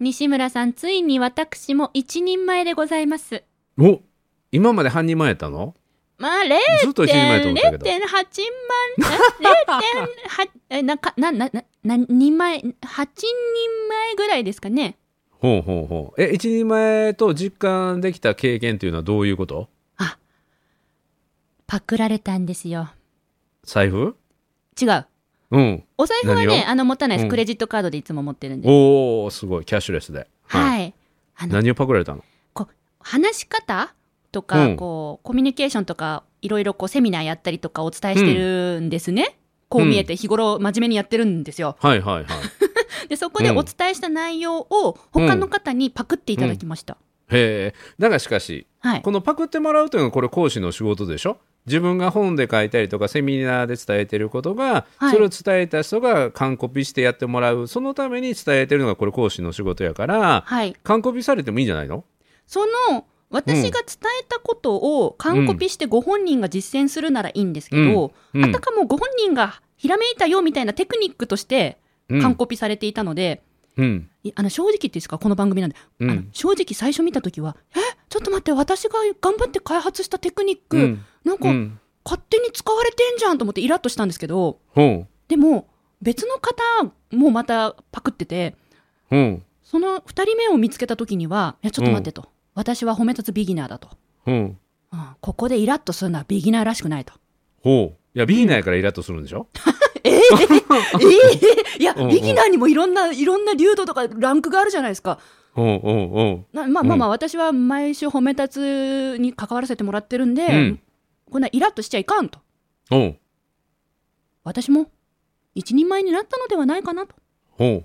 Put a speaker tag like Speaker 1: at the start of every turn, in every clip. Speaker 1: 西村さん、ついに私も一人前でございます。
Speaker 2: お今まで半人前やったの
Speaker 1: まあ、0.8
Speaker 2: ずっと一人前と思ってたけど。
Speaker 1: 0.8万、0.8、え、 なんか、な、な、な、何人前、8人前ぐらいですかね。
Speaker 2: ほうほうほう。え、一人前と実感できた経験というのはどういうこと
Speaker 1: あ、パクられたんですよ。
Speaker 2: 財布
Speaker 1: 違う。
Speaker 2: うん。
Speaker 1: お財布は
Speaker 2: 何
Speaker 1: ね、
Speaker 2: を
Speaker 1: あの、持たないです。
Speaker 2: うん
Speaker 1: クレジットカードでいつも持ってるんで。
Speaker 2: おー、すごい。キャッシュレスで。い。
Speaker 1: はい。あの、
Speaker 2: 何をパクられたの
Speaker 1: こう、話し方とか、
Speaker 2: うん
Speaker 1: こう、コミュニケーションとか、いろいろこう、セミナーやったりとかお伝えしてるんですね。こう見えて日頃真面目にやってるんですよ。
Speaker 2: はいはいはい。
Speaker 1: で、そこでお伝えした内容を他の方にパクっていただきました。
Speaker 2: へえ。だがしかし、
Speaker 1: はい。
Speaker 2: このパクってもらうというのはこれ講師の仕事でしょ自分が本で書いたりとかセミナーで伝えてることが、
Speaker 1: はい
Speaker 2: それを伝えた人が完コピしてやってもらうそのために伝えてるのがこれ講師の仕事やから
Speaker 1: はい。
Speaker 2: 完コピされてもいいんじゃないの
Speaker 1: その、私が伝えたことを完コピしてご本人が実践するならいいんですけど、
Speaker 2: うんうん
Speaker 1: あたかもご本人がひらめいたよみたいなテクニックとして
Speaker 2: うん
Speaker 1: 完コピされていたので、
Speaker 2: うん
Speaker 1: いあの正直っていうんですか、この番組なんで、
Speaker 2: うん
Speaker 1: あの正直最初見たときは、えちょっと待って、私が頑張って開発したテクニック、
Speaker 2: うん
Speaker 1: なんか、
Speaker 2: うん
Speaker 1: 勝手に使われてんじゃんと思ってイラッとしたんですけど、
Speaker 2: ほ
Speaker 1: でも、別の方もまたパクってて、
Speaker 2: うほう
Speaker 1: その2人目を見つけたときには、いや、ちょっと待ってと、私は褒め立つビギナーだと。
Speaker 2: ほう
Speaker 1: うんここでイラッとするのはビギナーらしく ないと。
Speaker 2: ほういや B ないからイラッとするんでしょ
Speaker 1: ええええいや、
Speaker 2: うんうん
Speaker 1: ビギナーにもいろんな、いろんな流度とかランクがあるじゃないですか。
Speaker 2: ほうほうほ
Speaker 1: なまあまあまあ、私は毎週褒め立つに関わらせてもらってるんで、
Speaker 2: うん
Speaker 1: こんなイラッとしちゃいかんと。
Speaker 2: うほう
Speaker 1: 私も一人前になったのではないかなと。
Speaker 2: ほう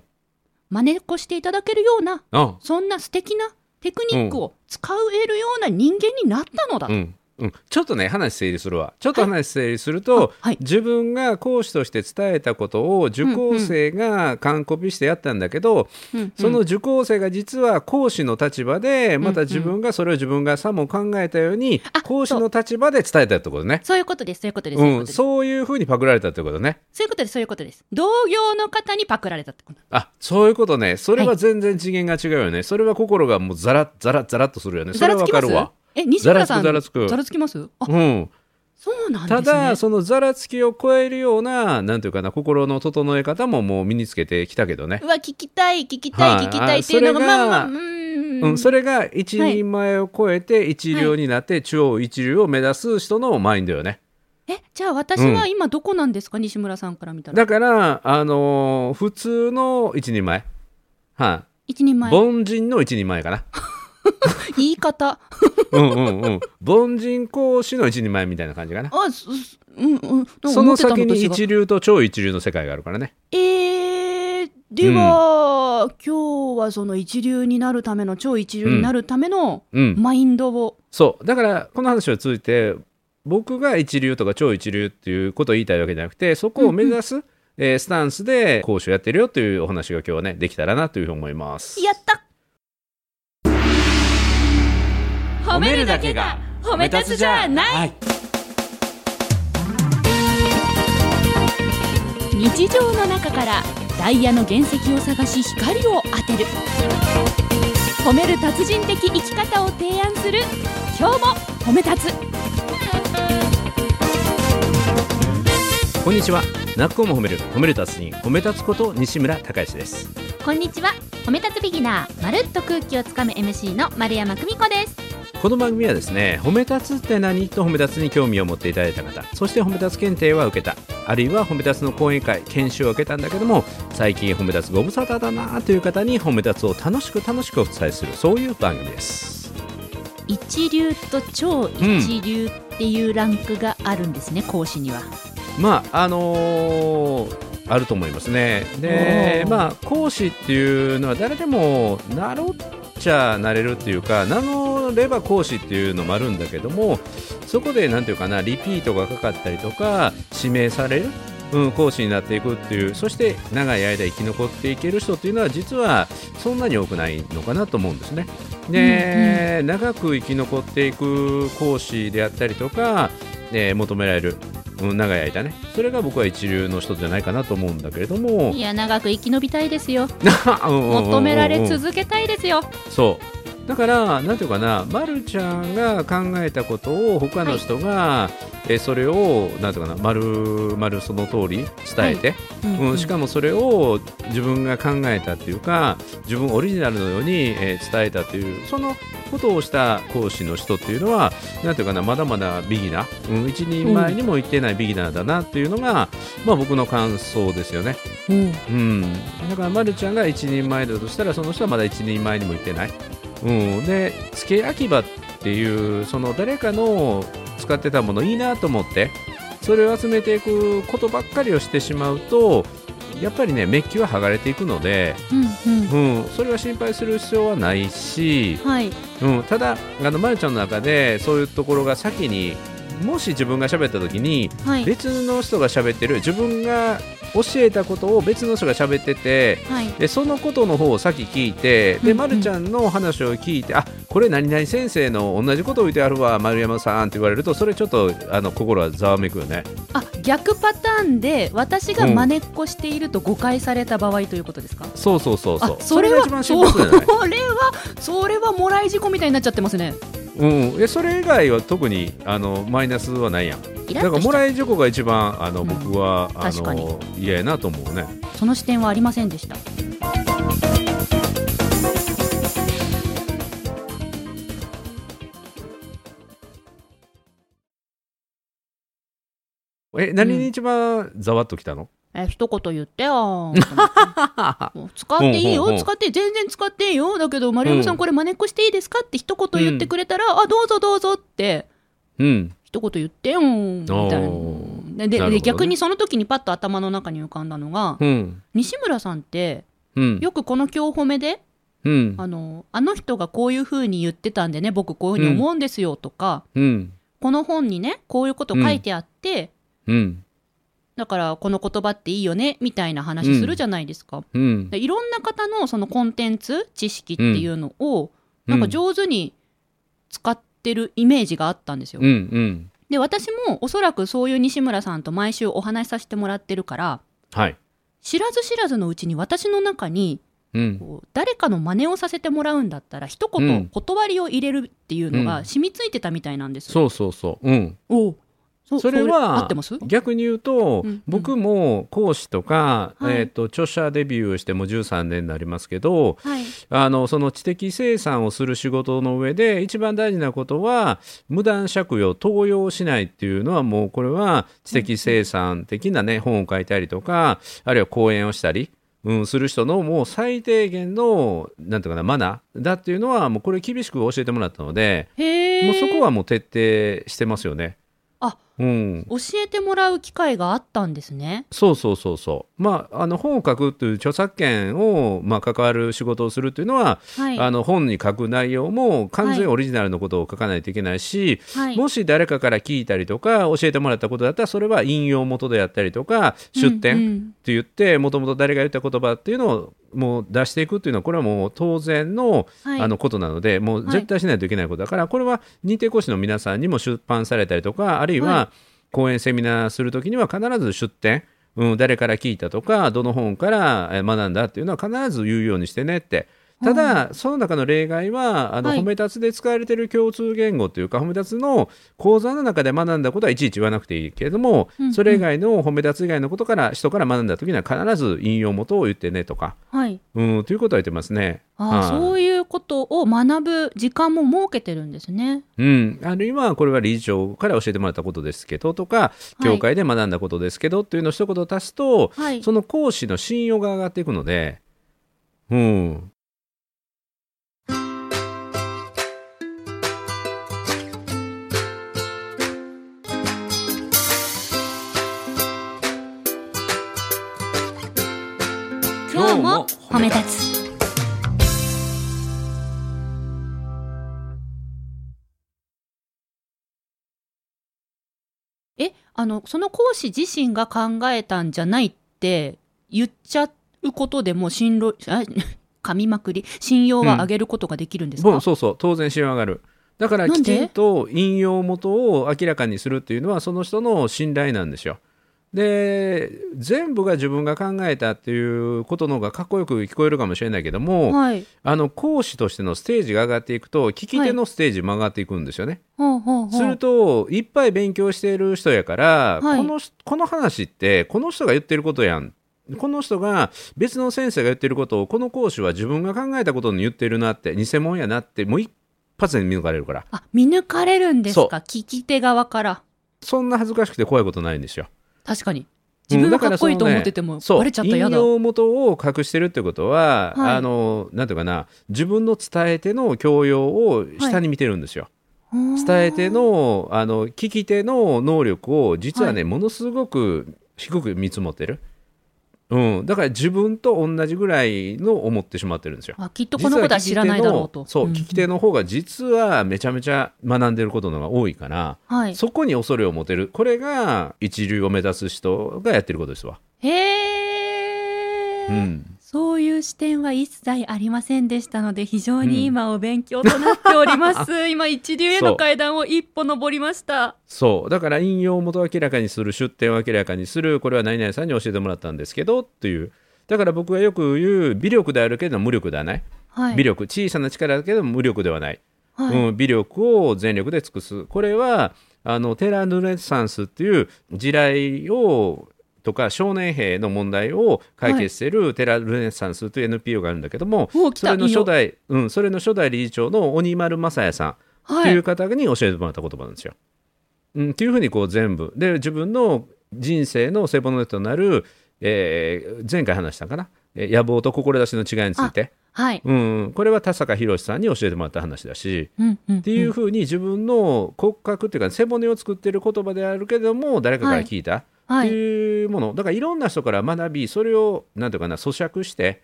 Speaker 1: 真似っこしていただけるような、
Speaker 2: あ
Speaker 1: そんな素敵なテクニックを使えるような人間になったのだと。
Speaker 2: うんうん、ちょっとね話整理するわちょっと話整理すると、
Speaker 1: あはい
Speaker 2: 自分が講師として伝えたことを受講生が完コピしてやったんだけど、
Speaker 1: うんうん
Speaker 2: その受講生が実は講師の立場でまた自分がそれを自分がさも考えたように
Speaker 1: あ
Speaker 2: 講師の立場で伝えたってことね。
Speaker 1: そういうことです、そういうことです。そういう
Speaker 2: う
Speaker 1: こと
Speaker 2: ん、
Speaker 1: です
Speaker 2: そういうふうにパクられたってことね。
Speaker 1: そういうことです、そういうことです。同業の方にパクられたってこと。
Speaker 2: あそういうことね。それ
Speaker 1: は
Speaker 2: はい全然次元が違うよね。それは心がもうザラッザラッザラッとするよね。そ
Speaker 1: ざ
Speaker 2: れ
Speaker 1: ら
Speaker 2: は
Speaker 1: つ
Speaker 2: わ
Speaker 1: きま
Speaker 2: かる
Speaker 1: す
Speaker 2: わ。
Speaker 1: え、西村さん。
Speaker 2: ざらつくざらつく
Speaker 1: ざらつきますあ、
Speaker 2: うん、
Speaker 1: そうなんです
Speaker 2: た
Speaker 1: ね。
Speaker 2: だ、そのざらつきを超えるようななんていうかな心の整え方ももう身につけてきたけどね
Speaker 1: う。わ、聞きたい、聞きたい、
Speaker 2: はい
Speaker 1: 聞きたいっていうのが、
Speaker 2: あそれが
Speaker 1: まあまあ、うーん。
Speaker 2: うん、それが一人前を超えて一流になって超一流を目指す人のマインドよね。
Speaker 1: え、じゃあ私は今どこなんですか、西村さんから見たら。
Speaker 2: だから、あのー普通の一人前。は
Speaker 1: 一人
Speaker 2: い、
Speaker 1: 前。
Speaker 2: 凡人の一人前かな。
Speaker 1: 言い方。
Speaker 2: うんうんうん。凡人講師の一人前みたいな感じかな。
Speaker 1: あ、すすうんうん。なんか
Speaker 2: そ
Speaker 1: 思
Speaker 2: の
Speaker 1: ってた
Speaker 2: 先
Speaker 1: と
Speaker 2: に
Speaker 1: 違う
Speaker 2: 一流と超一流の世界があるからね。
Speaker 1: えー、では、今日はその一流になるための、超一流になるための、
Speaker 2: うん。
Speaker 1: マインドを。
Speaker 2: そう。だから、この話を通じて、僕が一流とか超一流っていうことを言いたいわけじゃなくて、そこを目指す、えースタンスで講師をやってるよというお話が今日はね、できたらなというふうに思います。
Speaker 1: やった
Speaker 3: はい
Speaker 1: 日常の中からダイヤの原石を探し光を当てる褒める達人的生き方を提案する今日も褒め立つ
Speaker 2: こんにちは。なっこも褒める、褒める達人、褒め立つこと西村孝之です。
Speaker 1: こんにちは褒め立つビギナーまるっと空気をつかむ MC の丸山久美子です
Speaker 2: この番組はですね褒め立つって何と褒め立つに興味を持っていただいた方そして褒め立つ検定は受けたあるいは褒め立つの講演会研修を受けたんだけども最近褒め立つご無沙汰だなという方に褒め立つを楽しく楽しくお伝えするそういう番組です
Speaker 1: 一流と超一流っていうランクがあるんですね、講師には
Speaker 2: まああのーあると思いますねで
Speaker 1: おー
Speaker 2: まあ講師っていうのは誰でもなろっちゃなれるっていうか名乗れば講師っていうのもあるんだけどもそこでなんていうかなリピートがかかったりとか指名される、うん、講師になっていくっていうそして長い間生き残っていける人っていうのは実はそんなに多くないのかなと思うんですね。で、長く生き残っていく講師であったりとか、えー求められるうん長い間ねそれが僕は一流の人じゃないかなと思 うんだけれども
Speaker 1: いや長く生き延びたいですよ求
Speaker 2: 求
Speaker 1: められ続けたいですよ
Speaker 2: そうだからなんていうかな、ま、るちゃんが考えたことを他の人が、えそれをなんていうかな丸々その通り伝えて、うんしかもそれを自分が考えたっていうか自分オリジナルのように、えー伝えたというそのことをした講師の人っていうのはなんていうかなまだまだビギナー、うん、一人前にも行ってないビギナーだなっていうのが、まあ、僕の感想ですよね。
Speaker 1: うん
Speaker 2: うん、だから、ま、るちゃんが一人前だとしたらその人はまだ一人前にも行ってない、うん、で付け焼き場っていうその誰かの使ってたものいいなと思ってそれを集めていくことばっかりをしてしまうとやっぱりねメッキは剥がれていくので、
Speaker 1: うんうん
Speaker 2: うん、それは心配する必要はないし、
Speaker 1: はい
Speaker 2: うん、ただあの、ま、るちゃんの中でそういうところが先にもし自分が喋った時に
Speaker 1: はい
Speaker 2: 別の人が喋ってる自分が教えたことを別の人が喋ってて
Speaker 1: はい
Speaker 2: でそのことの方を先聞いて
Speaker 1: うんう
Speaker 2: で、
Speaker 1: ん
Speaker 2: ま、るちゃんの話を聞いてあこれ何々先生の同じことを言ってあるわ丸山さんって言われるとそれちょっとあの心はざわめくよね
Speaker 1: あ逆パターンで私が真似っこしていると誤解された場合ということですか、
Speaker 2: そうそうそうそう
Speaker 1: あそれは
Speaker 2: が一
Speaker 1: そ
Speaker 2: 番心配じゃない
Speaker 1: れはそれはもらい事故みたいになっちゃってますね
Speaker 2: うん、えそれ以外は特にあのマイナスはないやんだ
Speaker 1: イラ
Speaker 2: か
Speaker 1: ッ
Speaker 2: ら
Speaker 1: とし
Speaker 2: も
Speaker 1: た
Speaker 2: らい事故が一番あの、
Speaker 1: うん
Speaker 2: 僕はあ
Speaker 1: 確かに
Speaker 2: の嫌やなと思うね
Speaker 1: その視点はありませんでした
Speaker 2: え何に一番ざわっときたの、
Speaker 1: え一言言ってよも う使っていい
Speaker 2: うんうんう
Speaker 1: よ
Speaker 2: ん
Speaker 1: 使って全然使っていいよだけど丸山さ
Speaker 2: うんん
Speaker 1: これ真似っこしていいですかって一言言ってくれたら、あどうぞどうぞって
Speaker 2: うん
Speaker 1: 一言言ってよみたい
Speaker 2: お
Speaker 1: なで
Speaker 2: なる
Speaker 1: で
Speaker 2: ほどね
Speaker 1: 逆にその時にパッと頭の中に浮かんだのが、
Speaker 2: うん
Speaker 1: 西村さんって
Speaker 2: うん
Speaker 1: よくこの今日褒めで
Speaker 2: うん
Speaker 1: あのあの人がこういうふうに言ってたんでね僕こういうふうに思うんですよとか、
Speaker 2: うん
Speaker 1: この本にねこういうこと書いてあって、
Speaker 2: うん
Speaker 1: だからこの言葉っていいよねみたいな話するじゃないですか。
Speaker 2: うん
Speaker 1: でいろんな方のそのコンテンツ知識っていうのを、
Speaker 2: うん
Speaker 1: なんか上手に使ってるイメージがあったんですよ。
Speaker 2: うんうん
Speaker 1: で私もおそらくそういう西村さんと毎週お話しさせてもらってるから
Speaker 2: はい
Speaker 1: 知らず知らずのうちに私の中に
Speaker 2: うん
Speaker 1: こう誰かの真似をさせてもらうんだったら一
Speaker 2: う
Speaker 1: 言
Speaker 2: ん
Speaker 1: 断りを入れるっていうの
Speaker 2: う
Speaker 1: が
Speaker 2: ん
Speaker 1: 染みついてたみたいなんですよ。
Speaker 2: そうそうそううん
Speaker 1: おうそ
Speaker 2: それは
Speaker 1: 合ってます
Speaker 2: 逆に言うと、
Speaker 1: うん
Speaker 2: 僕も講師とか、
Speaker 1: はい
Speaker 2: えー、と著者デビューしてもう13年になりますけど
Speaker 1: はい、
Speaker 2: あのその知的生産をする仕事の上で一番大事なことは無断借用盗用しないっていうのはもうこれは知的生産的なね本を書いたりとかあるいは講演をしたり。うん、する人のもう最低限のなんていうかなマナーだっていうのはもうこれ厳しく教えてもらったので、
Speaker 1: へえ
Speaker 2: もうそこはもう徹底してますよね。
Speaker 1: あ
Speaker 2: うん、
Speaker 1: 教えてもらう機会があったんですね。
Speaker 2: そうそうそうそう。まあ、あの本を書くという著作権を、まあ、関わる仕事をするというのは、
Speaker 1: はい、
Speaker 2: あの本に書く内容も完全にオリジナルのことを書かないといけないし、
Speaker 1: はい、
Speaker 2: もし誰かから聞いたりとか教えてもらったことだったらそれは引用元であったりとか出
Speaker 1: うん
Speaker 2: 典っ
Speaker 1: うん
Speaker 2: て言ってもともと誰が言った言葉っていうのをもう出していくっていうのはこれはもう当然の,、
Speaker 1: はい
Speaker 2: あのことなのでもう絶対しないといけないことだから、これは認定講師の皆さんにも出版されたりとかあるい
Speaker 1: は
Speaker 2: は講演セミナーするときには必ず出典うん、誰から聞いたとかどの本からえー学んだっていうのは必ず言うようにしてねってただ、その中の例外はあの、
Speaker 1: はい
Speaker 2: 褒め立つで使われている共通言語というか褒め立つの講座の中で学んだことはいちいち言わなくていいけれども、
Speaker 1: うんうん
Speaker 2: それ以外の褒め立つ以外のことから人から学んだ時には必ず引用元を言ってねとか、
Speaker 1: はい、
Speaker 2: うん、ということは言ってますね。
Speaker 1: ああ
Speaker 2: はい
Speaker 1: そういうことを学ぶ時間も設けてるんですね。
Speaker 2: うん、あるいはこれは理事長から教えてもらったことですけどとか
Speaker 1: い
Speaker 2: 教会で学んだことですけどっていうのを一言足すと、
Speaker 1: はい、
Speaker 2: その講師の信用が上がっていくので、うん、
Speaker 1: 今日も褒め立つ。え、あのその講師自身が考えたんじゃないって言っちゃうことでもう信 頼あ噛みまくり信用は上げることができるんですか？
Speaker 2: ぼそうそう当然信用上がるだから
Speaker 1: なん
Speaker 2: き
Speaker 1: で
Speaker 2: ちんと引用元を明らかにするっていうのはその人の信頼なんですよ。で全部が自分が考えたっていうことの方がかっこよく聞こえるかもしれないけども、
Speaker 1: はい。
Speaker 2: あの講師としてのステージが上がっていくと聞き手のステージも上がっていくんですよね。
Speaker 1: ほうほうほう。
Speaker 2: するといっぱい勉強している人やから、
Speaker 1: はい
Speaker 2: このしこの話ってこの人が言ってることやんこの人が別の先生が言ってることをこの講師は自分が考えたことに言ってるなって偽物やなってもう一発で見抜かれるから
Speaker 1: あ、見抜かれるんです
Speaker 2: そう
Speaker 1: か聞き手側から。
Speaker 2: そんな恥ずかしくて怖いことないんですよ。
Speaker 1: 確かに。自分はかっこいいと思ってても、バレちゃったら嫌だ
Speaker 2: 引。用元を隠してるってことは、
Speaker 1: はい
Speaker 2: あのなんていうかな自分の伝え手の教養を下に見てるんですよ。伝え手のあの聞き手の能力を実はね、ものすごく低く見積もってる、うん、だから自分と同じぐらいの思ってしまってるんですよ。
Speaker 1: あきっとこのことは知らないだろうと。
Speaker 2: 実は
Speaker 1: ん
Speaker 2: 聞き手のそう聞き手の方が実はめちゃめちゃ学んでることの方が多いから、
Speaker 1: はい。
Speaker 2: そこに恐れを持てるこれが一流を目指す人がやってることですわ。
Speaker 1: へー、
Speaker 2: うん
Speaker 1: そういう視点は一切ありませんでしたので、非常に今お勉強となっております。 今、一流への階段を一歩登りました。
Speaker 2: そうだから引用を元を明らかにする出典を明らかにするこれは何々さんに教えてもらったんですけどっていうだから僕がよく言う微力であるけれども無力ではない
Speaker 1: はい。
Speaker 2: 微力小さな力だけども無力ではない、
Speaker 1: はい
Speaker 2: うん、微力を全力で尽くすこれはあのテラ・ルネサンスっていう地雷をとか少年兵の問題を解決しているテラ・ルネサンスという NPO があるんだけども、
Speaker 1: おー来
Speaker 2: そ
Speaker 1: た
Speaker 2: れの初代、うん、それの初代理事長の鬼丸正也さんって
Speaker 1: はいい。
Speaker 2: う方に教えてもらった言葉なんですよ。うん、っていうふうにこう全部で自分の人生の背骨となる、えー前回話したんかなえー野望と志の違いについて、
Speaker 1: はい。
Speaker 2: うん、これは田坂宏さんに教えてもらった話だし。
Speaker 1: うんうん、
Speaker 2: っていうふうに自分の骨格っていうか背骨を作ってる言葉であるけども誰かから聞いたっ
Speaker 1: は
Speaker 2: て
Speaker 1: い。
Speaker 2: いうもの、だからいろんな人から学びそれを何ていうかな咀嚼して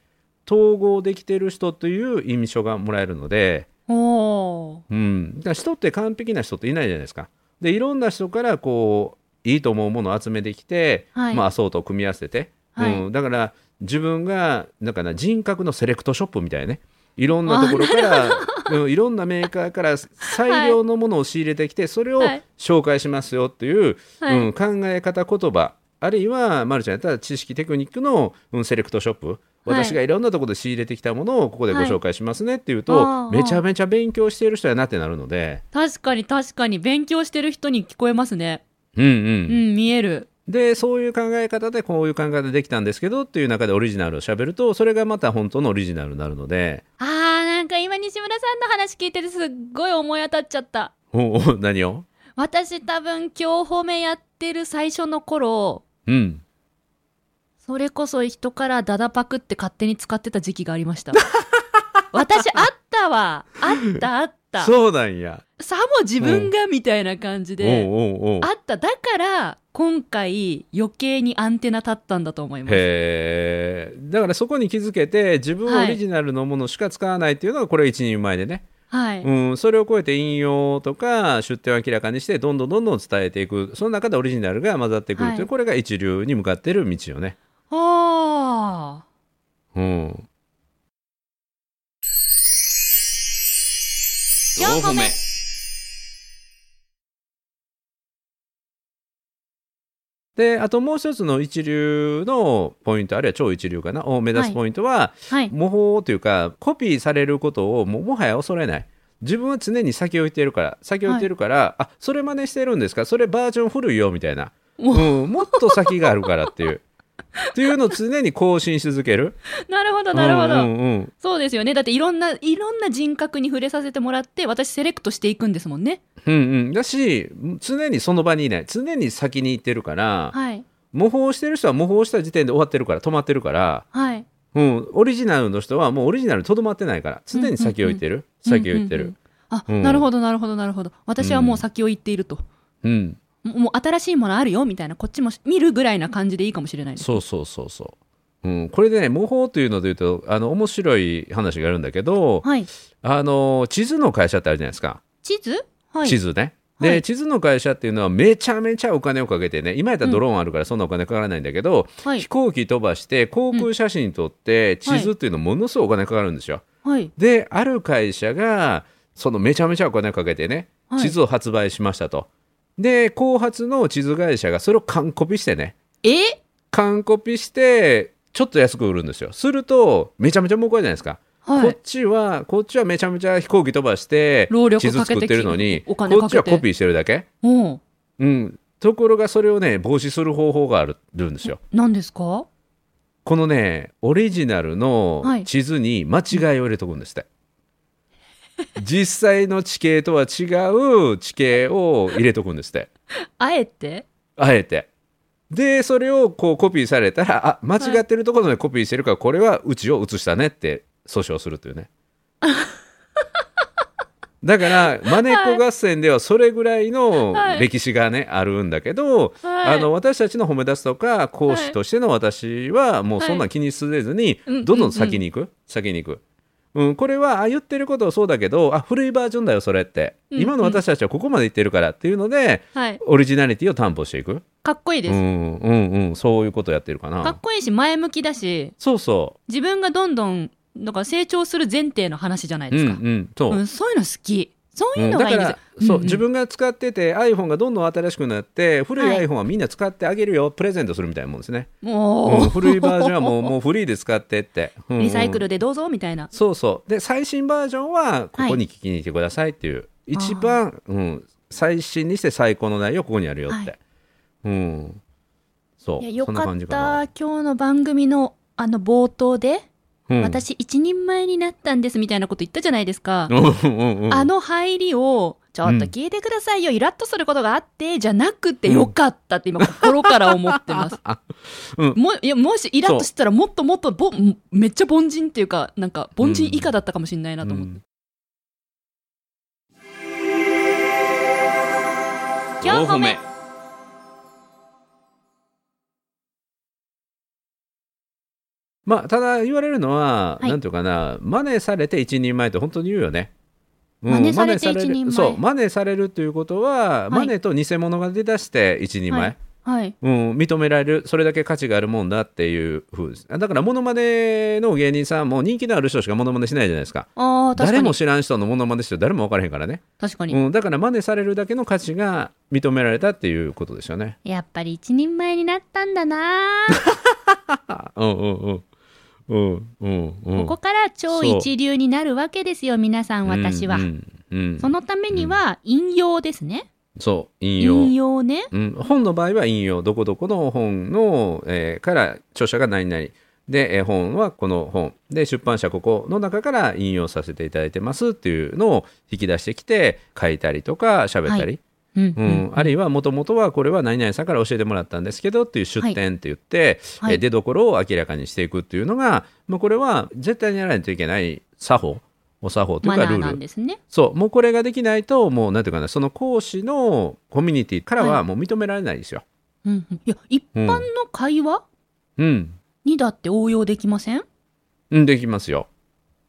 Speaker 2: 統合できてる人という印象がもらえるので、
Speaker 1: おー。
Speaker 2: うん、だから人って完璧な人っていないじゃないですか。でいろんな人からこういいと思うものを集めてきて、
Speaker 1: はい
Speaker 2: まあ、アソートを組み合わせて、
Speaker 1: はい
Speaker 2: うん、だから自分がなんかな人格のセレクトショップみたいなねいろんなところから、 うん、いろんなメーカーから最良のものを仕入れてきて、それを
Speaker 1: はい
Speaker 2: 紹介しますよっていう、
Speaker 1: はい
Speaker 2: うん、考え方言葉あるいは、ま、るちゃんやったら知識テクニックの、うん、セレクトショップ私がいろんなところで仕入れてきたものをここでご紹介しますねっていうと、
Speaker 1: はい
Speaker 2: めちゃめちゃ勉強している人やなってなるので、
Speaker 1: 確かに確かに勉強してる人に聞こえますね。
Speaker 2: うんう
Speaker 1: うんん、見える。
Speaker 2: でそういう考え方でこういう考え方できたんですけどっていう中でオリジナルを喋るとそれがまた本当のオリジナルになるので
Speaker 1: あー、なんか今西村さんの話聞いててすっごい思い当たっちゃった。
Speaker 2: おお何を
Speaker 1: 私多分今日褒めやってる最初の頃、
Speaker 2: うん
Speaker 1: それこそ人からダダパクって勝手に使ってた時期がありま した。私あったわ。あったあった。
Speaker 2: そうなんや
Speaker 1: さも自分がみたいな感じ
Speaker 2: おう
Speaker 1: で。
Speaker 2: おうおう
Speaker 1: あった。だから、今回余計にアンテナ立ったんだと思います。
Speaker 2: へえだからそこに気づけて自分
Speaker 1: は
Speaker 2: オ
Speaker 1: い
Speaker 2: リジナルのものしか使わないっていうのがこれは一人前でね、
Speaker 1: はい。
Speaker 2: うん、それを超えて引用とか出典を明らかにしてどんどんどんどん伝えていくその中でオリジナルが混ざってくるという、
Speaker 1: はい
Speaker 2: これが一流に向かってる道よね。
Speaker 1: ああ。
Speaker 2: うん、
Speaker 1: 4個目
Speaker 2: であともう一つの一流のポイントあるいは超一流かなを目指
Speaker 1: は
Speaker 2: す
Speaker 1: い
Speaker 2: ポイントは、
Speaker 1: はい。
Speaker 2: 模倣というかコピーされることをもうもはや恐れない自分は常に先を行っているから先を行っているから、あそれ真似してるんですかそれバージョン古いよみたいな、うん、もっと先があるからっていう。っていうのを常に更新し続ける。
Speaker 1: なるほど、なるほど。
Speaker 2: うんうんうん
Speaker 1: そうですよね。だっていろんな、いろんな人格に触れさせてもらって、私セレクトしていくんですもんね。
Speaker 2: うんうん、だし常にその場にいない常に先に行ってるから、
Speaker 1: はい。
Speaker 2: 模倣してる人は模倣した時点で終わってるから止まってるから、
Speaker 1: はい。
Speaker 2: うん、オリジナルの人はもうオリジナルにとどまってないから常に先を行ってる、先を行ってる、
Speaker 1: あ、
Speaker 2: うん
Speaker 1: なるほど、なるほど、なるほど。私はもう先を行っていると。
Speaker 2: うん
Speaker 1: もうもう新しいものあるよみたいな、こっちも見るぐらいな感じでいいかもしれないです。
Speaker 2: そうそうそうそう、うん、これでね模倣というのでいうとあの面白い話があるんだけど、
Speaker 1: はい。
Speaker 2: あの地図の会社ってあるじゃないですか、
Speaker 1: 地図はい。
Speaker 2: 地図ね。で、
Speaker 1: はい
Speaker 2: 地図の会社っていうのはめちゃめちゃお金をかけてね今やったらドローンあるからそんなお金かからないんだけど、
Speaker 1: はい
Speaker 2: 飛。行機飛ばして航空写真撮って
Speaker 1: うん
Speaker 2: 地図っていうのものすごいお金かかるんですよ。
Speaker 1: はい。
Speaker 2: である会社がそのめちゃめちゃお金かけてね
Speaker 1: はい
Speaker 2: 地図を発売しましたと、で後発の地図会社がそれを完コピしてね
Speaker 1: え
Speaker 2: 完コピしてちょっと安く売るんですよするとめちゃめちゃ儲かるじゃないですか
Speaker 1: は
Speaker 2: こっ
Speaker 1: い。
Speaker 2: ちはこっちはめちゃめちゃ飛行機飛ばして
Speaker 1: 労力
Speaker 2: 地図
Speaker 1: かけ
Speaker 2: 作っててるのに
Speaker 1: お金か
Speaker 2: こ
Speaker 1: け
Speaker 2: ってちはコピーしてるだけ、
Speaker 1: うん。
Speaker 2: うん、ところがそれをね防止する方法があるるんですよ
Speaker 1: 何ですか
Speaker 2: このねオリジナルの
Speaker 1: はい
Speaker 2: 地図に間違いを入れとくんですって、実際の地形とは違う地形を入れとくんですって
Speaker 1: あえて
Speaker 2: あえてでそれをこうコピーされたらあ間違ってるところでコピーしてるからこれはうちを写したねって訴訟するとい うねだから「まねっこ合戦」ではそれぐらいの
Speaker 1: はい
Speaker 2: 歴史がねあるんだけど、
Speaker 1: はい
Speaker 2: あの私たちの褒め出すとか講師としての私はもうそんな気にせずに、
Speaker 1: はい
Speaker 2: どんどん先に行く、先に行く。うん、これはあ言ってることはそうだけどあ古いバージョンだよそれって、
Speaker 1: うんうん
Speaker 2: 今の私たちはここまで言ってるからっていうので
Speaker 1: はい。
Speaker 2: オリジナリティを担保していく
Speaker 1: かっこいいで
Speaker 2: う
Speaker 1: す。
Speaker 2: んうんうんそういうことやってるかな
Speaker 1: かっこいいし、前向きだし、
Speaker 2: そうそ
Speaker 1: 自分がどんどん、だから成長する前提の話じゃないう
Speaker 2: う
Speaker 1: で
Speaker 2: ん
Speaker 1: す
Speaker 2: う
Speaker 1: か。
Speaker 2: んそう、
Speaker 1: うん、そういうの好き。そういう
Speaker 2: うん
Speaker 1: の
Speaker 2: だ
Speaker 1: がいい
Speaker 2: か
Speaker 1: です
Speaker 2: ら
Speaker 1: よ、。
Speaker 2: そう
Speaker 1: うん
Speaker 2: 自分が使ってて iPhone がどんどん新しくなって古い
Speaker 1: はい
Speaker 2: iPhone はみんな使ってあげるよ、プレゼントするみたいなもんですね、
Speaker 1: もう、
Speaker 2: うん、古いバージョンはもう もうフリーで使ってって、うんうん
Speaker 1: リサイクルでどうぞみたいな。
Speaker 2: そうそうで最新バージョンはここに聞きに来てくださいっていう、一番、うん、最新にして最高の内容ここにあるよって、
Speaker 1: は
Speaker 2: うんそう
Speaker 1: いやよ
Speaker 2: そん
Speaker 1: か
Speaker 2: な
Speaker 1: った
Speaker 2: 感じか
Speaker 1: 今日の番組のあの冒頭で、
Speaker 2: な、うん、
Speaker 1: 私一人前になったんですみたいなこと言ったじゃないですか、
Speaker 2: うんうんうん
Speaker 1: あの入りをちょっと聞いてくださいよ、イラッとすることがあってじゃなくてよかったって今心から思ってます、
Speaker 2: うん
Speaker 1: もいやもしイラッとしたらもっともっとぼんめっちゃ凡人っていうかなんか凡人以下だったかもしれないなと思って、
Speaker 2: うん
Speaker 1: 4歩目
Speaker 2: まあただ言われるのは、
Speaker 1: はい
Speaker 2: なんていうかな真似されて一人前って本当に言うよね。うん
Speaker 1: 真似されて一人前
Speaker 2: 真似されるそう真似されるということは、
Speaker 1: い
Speaker 2: マネ真似と偽物が出だして一人前、
Speaker 1: はいはい
Speaker 2: うん、認められるそれだけ価値があるもんだっていう風ですだからモノマネの芸人さんも人気のある人しかモノマネしないじゃないですか
Speaker 1: あー確か
Speaker 2: 誰
Speaker 1: に
Speaker 2: も知らん人のモノマネして誰も分からへんからね、
Speaker 1: 確かに、
Speaker 2: うん、だから真似されるだけの価値が認められたっていうことですよね
Speaker 1: やっぱり一人前になったんだな
Speaker 2: あうんうんうんうんうんう
Speaker 1: こ
Speaker 2: ん
Speaker 1: こから超一流になるわけですよ皆さん私は、
Speaker 2: うんうんうん
Speaker 1: そのためには引用ですね、
Speaker 2: そう引用
Speaker 1: 引用ね
Speaker 2: うん、本の場合は引用どこどこの本の、えーから著者が何々で、えー本はこの本で出版社ここの中から引用させていただいてますっていうのを引き出してきて書いたりとか喋ったり、
Speaker 1: はうん
Speaker 2: うんあるいはもともとはこれは何々さんから教えてもらったんですけどっていう出典って言って、
Speaker 1: はい
Speaker 2: えー出どころを明らかにしていくっていうのが、まあ、これは絶対にやらないといけない作法お作法という
Speaker 1: マナ
Speaker 2: かル
Speaker 1: ー
Speaker 2: ー
Speaker 1: な
Speaker 2: ル
Speaker 1: んですね。
Speaker 2: そうもうこれができないともうなんていうかなその講師のコミュニティから
Speaker 1: は
Speaker 2: はもう認められないですよ。
Speaker 1: うんうん、いや一般の会話
Speaker 2: うん、
Speaker 1: にだって応用できません
Speaker 2: うん、できますよ。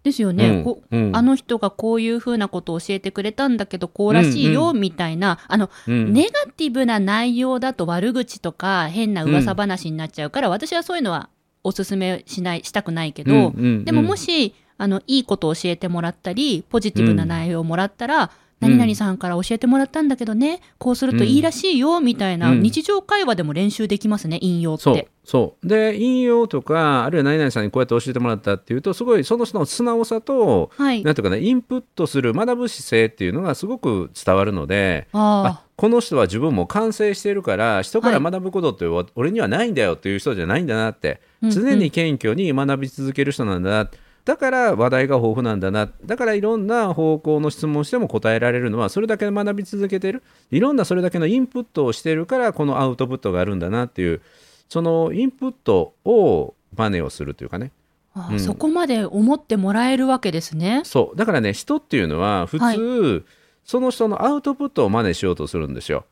Speaker 1: ですよね、
Speaker 2: うん
Speaker 1: こ
Speaker 2: うん
Speaker 1: あの人がこういうふうなことを教えてくれたんだけどこうらしいよ
Speaker 2: う
Speaker 1: みたいな、あの
Speaker 2: うん、
Speaker 1: ネガティブな内容だと悪口とか変な噂話になっちゃうから、私はそういうのはおすすめしないしたくないけど、
Speaker 2: うんうん
Speaker 1: でもも
Speaker 2: し、
Speaker 1: し、あの、いいことを教えてもらったり、ポジティブな内容をもらったら、何々さんから教えてもらったんだけどね、こうするといいらしいよ、みたいな、
Speaker 2: うん
Speaker 1: 日常会話でも練習できますね、引用って。
Speaker 2: そうそうで引用とかあるいは何々さんにこうやって教えてもらったっていうとすごいその人の素直さと、
Speaker 1: はい。
Speaker 2: なんていうかなインプットする学ぶ姿勢っていうのがすごく伝わるので。
Speaker 1: あ
Speaker 2: あこの人は自分も完成しているから人から学ぶことってわ俺にはないんだよっていう人じゃないんだなって、
Speaker 1: うんうん
Speaker 2: 常に謙虚に学び続ける人なんだなだから話題が豊富なんだなだからいろんな方向の質問しても答えられるのはそれだけ学び続けてるいろんなそれだけのインプットをしてるからこのアウトプットがあるんだなっていうそのインプットを真似をするというかね
Speaker 1: あ、ああ
Speaker 2: うん
Speaker 1: そこまで思ってもらえるわけですね。
Speaker 2: そうだからね人っていうのは普通、その人のアウトプットを真似しようとするんですよ。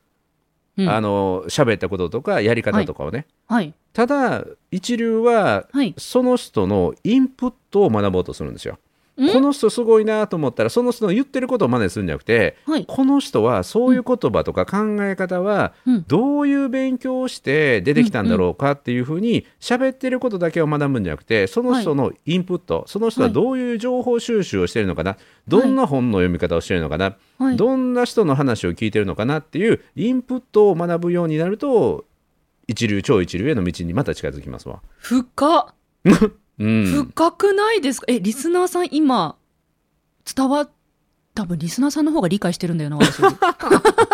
Speaker 1: うん
Speaker 2: あの喋ったこととかやり方とかをね、
Speaker 1: はい。
Speaker 2: ただ一流は
Speaker 1: はい。
Speaker 2: その人のインプットを学ぼうとするんですよこの人すごいなと思ったらその人の言ってることを真似するんじゃなくて、
Speaker 1: はい
Speaker 2: この人はそういう言葉とか考え方は
Speaker 1: うん
Speaker 2: どういう勉強をして出てきたんだろうかっていうふうに喋ってることだけを学ぶんじゃなくてその人のインプット、その人はどういう情報収集をしてるのかな、どんな本の読み方をしてるのかな、
Speaker 1: はい
Speaker 2: どんな人の話を聞いてるのかなっていうインプットを学ぶようになると一流超一流への道にまた近づきますわ。
Speaker 1: 深っ
Speaker 2: うん、
Speaker 1: 深くないですか、えリスナーさん今伝わ多分リスナーさんの方が理解してるんだよな私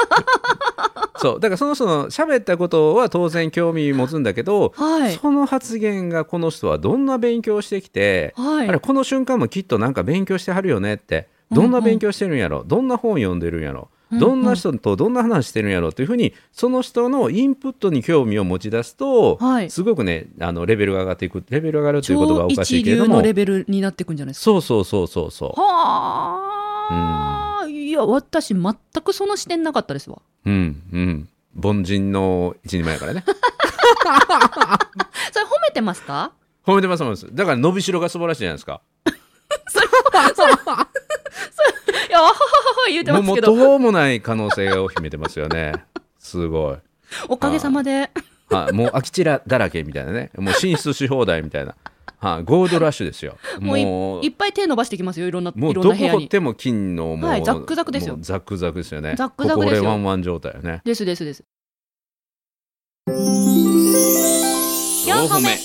Speaker 2: そうだからその人の喋ったことは当然興味持つんだけど、
Speaker 1: はい
Speaker 2: その発言がこの人はどんな勉強をしてきて、
Speaker 1: はい
Speaker 2: あれこの瞬間もきっとなんか勉強してはるよねってどんな勉強してるんやろ、どんな本読んでるんやろ、
Speaker 1: うんうん
Speaker 2: どんな人とどんな話してるんやろっていうふうにその人のインプットに興味を持ち出すと、
Speaker 1: はい
Speaker 2: すごくねあのレベルが上がっていくレベルが上がるということが
Speaker 1: 超
Speaker 2: おかし
Speaker 1: 一
Speaker 2: いけれ
Speaker 1: 流
Speaker 2: ど
Speaker 1: の
Speaker 2: も
Speaker 1: レベルになっていくんじゃないですか
Speaker 2: そうそうそうそうそ
Speaker 1: はあ、いや私全くその視点なかったですわ
Speaker 2: ううんうん凡人の一人前やか らね
Speaker 1: それ褒めてますか
Speaker 2: 褒めてます褒めてますだから伸びしろが素晴らしいじゃないですか
Speaker 1: いやわはははは言うて
Speaker 2: も
Speaker 1: ます
Speaker 2: うもう
Speaker 1: けど
Speaker 2: どうもない可能性を秘めてますよねすごい
Speaker 1: おかげさまで
Speaker 2: はい、もう空き地らだらけみたいなね、もう進出し放題みたいな、はい、ゴールドラッシュですよ。
Speaker 1: もうい
Speaker 2: もう
Speaker 1: いっぱい手伸ばしてきますよいろんな
Speaker 2: もう
Speaker 1: いろん
Speaker 2: ど
Speaker 1: な部屋
Speaker 2: こ掘っ
Speaker 1: に
Speaker 2: ても金のもう、
Speaker 1: はいザックザクですよ
Speaker 2: もうザックザクですよね。
Speaker 1: ザックザクですよ
Speaker 2: ここ俺ワンワン状態よね。
Speaker 1: ですですです
Speaker 2: 四
Speaker 1: 四
Speaker 2: 歩
Speaker 1: 歩
Speaker 2: 目
Speaker 1: 目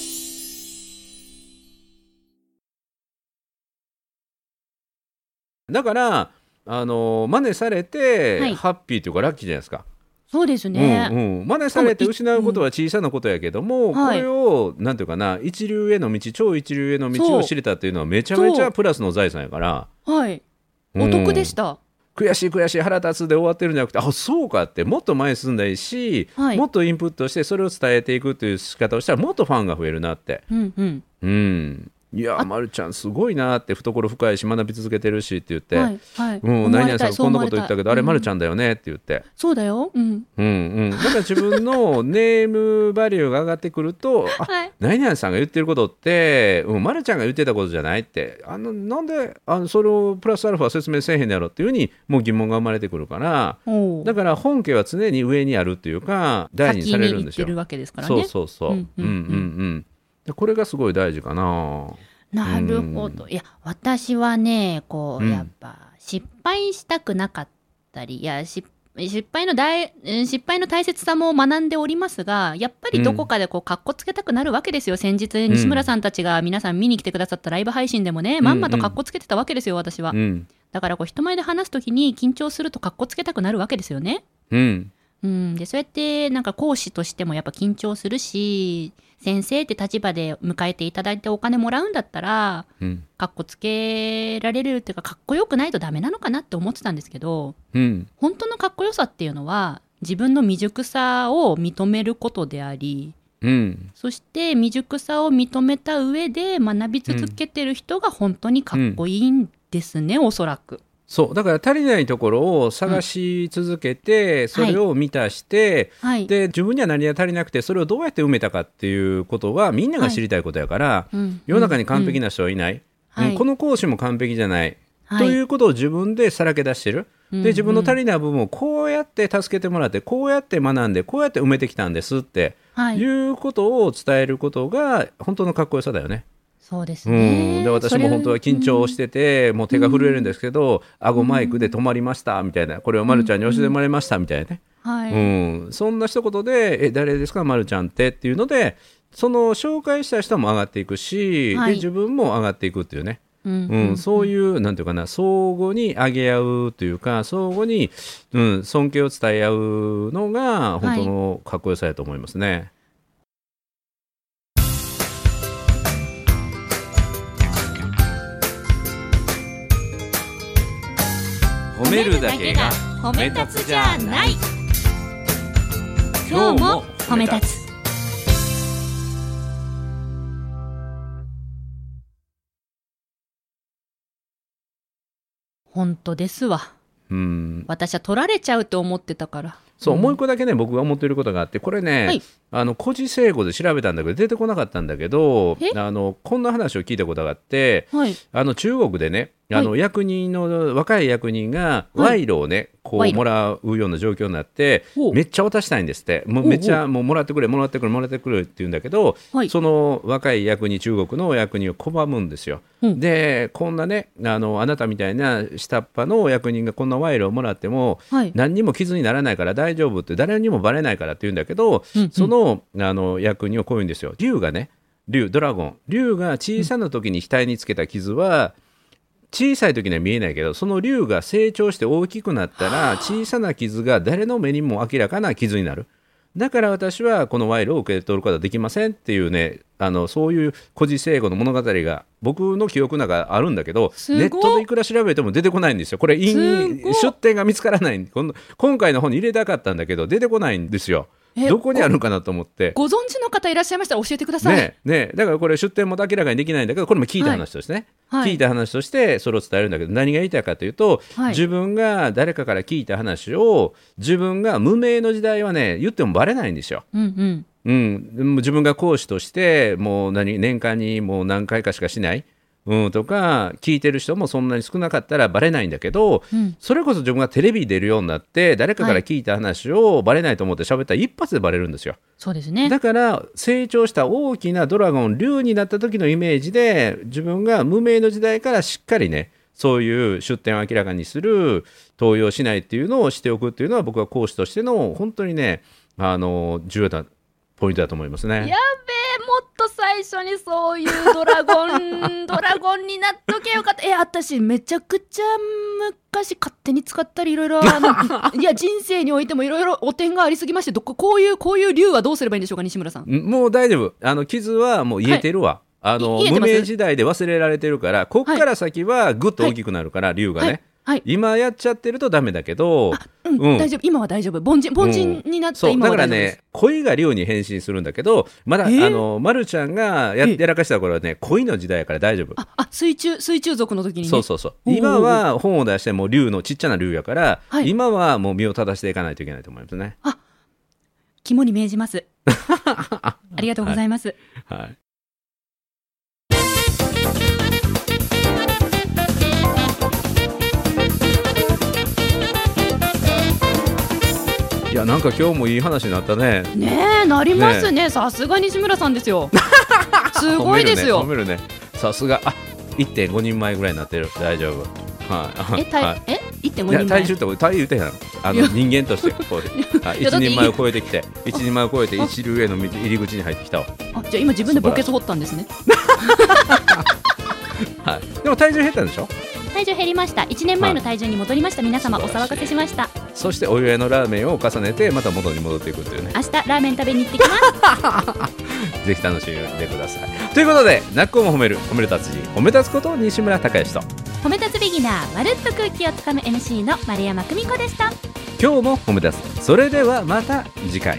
Speaker 2: だから、あのー真似されて、
Speaker 1: はい
Speaker 2: ハッピーというかラッキーじゃないですか、
Speaker 1: そうですね、
Speaker 2: うんうん、真似されて
Speaker 1: しかもい
Speaker 2: 失うことは小さなことやけども、
Speaker 1: んはい
Speaker 2: これをなんていうかな一流への道超一流への道
Speaker 1: そ
Speaker 2: を
Speaker 1: う
Speaker 2: 知れたっていうのはめちゃめち
Speaker 1: そ
Speaker 2: ゃ
Speaker 1: う
Speaker 2: プラスの財産やから
Speaker 1: はいお
Speaker 2: うん
Speaker 1: 得でした、
Speaker 2: 悔しい悔しい腹立つで終わってるんじゃなくてあそうかってもっと前に進んだらいいし、
Speaker 1: はい
Speaker 2: もっとインプットしてそれを伝えていくという仕方をしたらもっとファンが増えるなって
Speaker 1: うんうん
Speaker 2: うんいやーまるちゃんすごいなって懐深いし学び続けてるしって言って、
Speaker 1: はいはい、
Speaker 2: もう
Speaker 1: 思わ
Speaker 2: 何
Speaker 1: れ
Speaker 2: 々
Speaker 1: た
Speaker 2: さ
Speaker 1: い
Speaker 2: ん
Speaker 1: そう
Speaker 2: こん
Speaker 1: 思
Speaker 2: な
Speaker 1: わ
Speaker 2: こ
Speaker 1: れ
Speaker 2: と
Speaker 1: たい
Speaker 2: 言ったけどあれまるち
Speaker 1: うん、
Speaker 2: ゃんだよねって言って。
Speaker 1: そうだよ、うん、
Speaker 2: うんうん、だから自分のネームバリューが上がってくると、あ
Speaker 1: はい
Speaker 2: 何々さんが言ってることって、うん、まるちゃんが言ってたことじゃないってあのなんであのそれをプラスアルファ説明せえへんやろっていうふうにもう疑問が生まれてくるから
Speaker 1: おう
Speaker 2: だから本家は常に上にあるっていうか大
Speaker 1: 先
Speaker 2: 事にさ
Speaker 1: に
Speaker 2: れるん
Speaker 1: 行
Speaker 2: で
Speaker 1: っ
Speaker 2: す
Speaker 1: て
Speaker 2: よ。
Speaker 1: るわけですからね
Speaker 2: そうそうそう。う
Speaker 1: うんんうんん
Speaker 2: うう
Speaker 1: うん
Speaker 2: ん。でこれがすごい大事かな。
Speaker 4: なるほど。いや、私はね、こう、
Speaker 2: うん
Speaker 4: やっぱ、失敗したくなかったり、いや、失失敗の大、うん失敗の大切さも学んでおりますが、やっぱりどこかでこう、かっこつけたくなるわけですよ。先日、西村さんたちが皆さん見に来てくださったライブ配信でもね、まんまとかっこつけてたわけですよ、私は
Speaker 2: う。ん
Speaker 4: だから、こう、人前で話すときに緊張するとかっこつけたくなるわけですよね。
Speaker 2: うん
Speaker 4: うん、でそうやってなんか講師としてもやっぱ緊張するし先生って立場で迎えていただいてお金もらうんだったら
Speaker 2: うん
Speaker 4: かっこつけられるっていうかかっこよくないとダメなのかなって思ってたんですけど
Speaker 2: うん
Speaker 4: 本当のかっこよさっていうのは自分の未熟さを認めることであり
Speaker 2: うん
Speaker 4: そして未熟さを認めた上で学び続けてる人が本当にかっこいいんですね、おそらく。
Speaker 2: そうだから足りないところを探し続けて、それを満たして、
Speaker 4: はい、
Speaker 2: で自分には何が足りなくてそれをどうやって埋めたかっていうことはみんなが知りたいことやから、
Speaker 4: うん
Speaker 2: 世の中に完璧な人はいない、
Speaker 4: うんはい
Speaker 2: うんこの講師も完璧じゃない、
Speaker 4: はい
Speaker 2: ということを自分でさらけ出してる。
Speaker 4: うん
Speaker 2: で自分の足りない部分をこうやって助けてもらってこうやって学んでこうやって埋めてきたんですって
Speaker 4: はい
Speaker 2: いうことを伝えることが本当のかっこよさだよね。
Speaker 4: そうです
Speaker 2: うん、
Speaker 4: ね
Speaker 2: で私
Speaker 4: それ
Speaker 2: も本当は緊張してて、もう手が震えるんですけど、顎マイクで止まりましたみたいなこれをまるちゃんに教えてもらいましたみたいなね、
Speaker 4: はい
Speaker 2: うん、そんな一言で「え誰ですかまるちゃんって」っていうのでその紹介した人も上がっていくし、
Speaker 4: はい
Speaker 2: で自分も上がっていくっていうね。
Speaker 4: うん
Speaker 2: うん、そういう、なんていうかな、相互に上げ合うというか、相互に、うん、尊敬を伝え合うのが、本当のかっこよさやと思いますね。
Speaker 3: 褒めるだけが褒め立つじゃない
Speaker 4: 今日も褒め立
Speaker 2: つ。
Speaker 4: つ
Speaker 1: 本当ですわ
Speaker 2: うん、
Speaker 1: 私は取られちゃうと思ってたから
Speaker 2: そう、もう一個だけね僕が思っていることがあってこれね、
Speaker 1: はい
Speaker 2: あの古事成語で調べたんだけど出てこなかったんだけど
Speaker 1: え
Speaker 2: あのこんな話を聞いたことがあって
Speaker 1: はい。
Speaker 2: あの中国でね
Speaker 1: はい
Speaker 2: あの役人の若い役人が賄賂をねこ
Speaker 1: 賄
Speaker 2: う
Speaker 1: 賂
Speaker 2: もらうような状況になって
Speaker 1: ほう
Speaker 2: めっちゃ渡したいんですってもう
Speaker 1: ほう
Speaker 2: めっちゃもうもらってくれもらってくれもらってくれって言うんだけど
Speaker 1: はい。
Speaker 2: その若い役人中国の役人を拒むんですよ。
Speaker 1: うん
Speaker 2: でこんなねあのあなたみたいな下っ端の役人がこんな賄賂をもらっても
Speaker 1: はい。
Speaker 2: 何にも傷にならないから大丈夫って誰にもバレないからって言うんだけど、
Speaker 1: うんうん
Speaker 2: そのあの役人はこう言うんですよ竜がね竜ドラゴン竜が小さな時に額につけた傷は、小さい時には見えないけどその竜が成長して大きくなったら小さな傷が誰の目にも明らかな傷になるだから私はこの賄賂を受け取ることはできませんっていうねあのそういう孤児生後の物語が僕の記憶なんかあるんだけど
Speaker 1: すごっ
Speaker 2: ネットでいくら調べても出てこないんですよこれ陰
Speaker 1: すごっ
Speaker 2: 出典が見つからないこの今回の本に入れたかったんだけど出てこないんですよ
Speaker 1: え
Speaker 2: どこにあるのかなと思って
Speaker 1: ご存知の方いらっしゃいましたら教えてください。
Speaker 2: ねえねえだからこれ出典も明らかにできないんだけどこれも聞いた話としてね、
Speaker 1: はい
Speaker 2: 聞いた話としてそれを伝えるんだけど何が言いたいかというと、
Speaker 1: はい
Speaker 2: 自分が誰かから聞いた話を自分が無名の時代はね言ってもバレないんですよ。
Speaker 1: うんうん。
Speaker 2: うん、でも自分が講師としてもう何年間にもう何回かしかしない、うん、とか聞いてる人もそんなに少なかったらバレないんだけど、
Speaker 1: うん
Speaker 2: それこそ自分がテレビに出るようになって誰かから聞いた話をバレないと思って喋ったら一発でバレるんですよ。
Speaker 1: そうですね。
Speaker 2: だから成長した大きなドラゴン竜になった時のイメージで自分が無名の時代からしっかりねそういう出典を明らかにする登用しないっていうのをしておくっていうのは僕は講師としての本当にねあの重要なポイントだと思います
Speaker 1: やべえ、
Speaker 2: ね。
Speaker 1: もっと最初にそういうドラゴ ン、ドラゴンになっとけよかった。え、私めちゃくちゃ昔勝手に使ったりいろいろ、あ のいや、人生においてもいろいろ汚点がありすぎまして、どここういう、こういう竜はどうすればいいんでしょうか、西村さん。
Speaker 2: もう大丈夫あの傷はもう癒えてるわ、あの
Speaker 1: い癒えて
Speaker 2: 無
Speaker 1: ます
Speaker 2: 名時代で忘れられてるからこっから先はぐっと大きくなるから、竜がね、
Speaker 1: はい。はい。
Speaker 2: 今やっちゃってるとダメだけど
Speaker 1: うん、
Speaker 2: うん
Speaker 1: 大丈夫。今は大丈夫。凡人、凡人になった
Speaker 2: そう
Speaker 1: 今
Speaker 2: だ
Speaker 1: は
Speaker 2: か
Speaker 1: 大
Speaker 2: ら
Speaker 1: 丈夫です。
Speaker 2: ね恋が竜に変身するんだけどまだ、
Speaker 1: えー
Speaker 2: あのまるちゃんがや
Speaker 1: ええ
Speaker 2: やらかした頃はね恋の時代やから大丈夫、
Speaker 1: あ、あ、水中、水中族の時にね。
Speaker 2: そうそうそう
Speaker 1: おー
Speaker 2: 今は本を出してもう竜のちっちゃな竜やから、
Speaker 1: はい
Speaker 2: 今はもう身を正していかないといけないと思いますね
Speaker 1: 肝に銘じ ます。ありがとうございます。
Speaker 2: はいいやなんか今日もいい話になったね
Speaker 1: ねえ、なりますね。さすが西村さんです よ。すごいです
Speaker 2: 褒
Speaker 1: よ。
Speaker 2: めるね褒めるねさすがあ1.5人前ぐらいになってる大丈夫はい
Speaker 1: え、体、
Speaker 2: はい
Speaker 1: え、1.5
Speaker 2: いや
Speaker 1: 人
Speaker 2: 体
Speaker 1: 前
Speaker 2: 重ってこと体重言うてへんあ
Speaker 1: いや
Speaker 2: の人間として こうあ
Speaker 1: いや
Speaker 2: 一
Speaker 1: だって
Speaker 2: 人前を超えてきて一人前を超えて一流への道入り口に入ってきたわ、
Speaker 1: あ、じゃあ今自分でボケそ掘ったんですね。
Speaker 2: はい、でも体重減ったんでしょ
Speaker 5: 体重減りました1年前の体重に戻りました皆様お
Speaker 2: 素晴
Speaker 5: 騒
Speaker 2: らしい
Speaker 5: がせしました
Speaker 2: そしてお湯へのラーメンを重ねてまた元に戻っていくっていうね
Speaker 5: 明日ラーメン食べに行ってきます
Speaker 2: ぜひ楽しんでくださいということで「なっこも褒める褒める達人褒め立つこと西村孝之と
Speaker 5: 褒め立つビギナーまるっと空気をつかむ MC の丸山久美子でした
Speaker 2: 今日も褒め立つそれではまた次回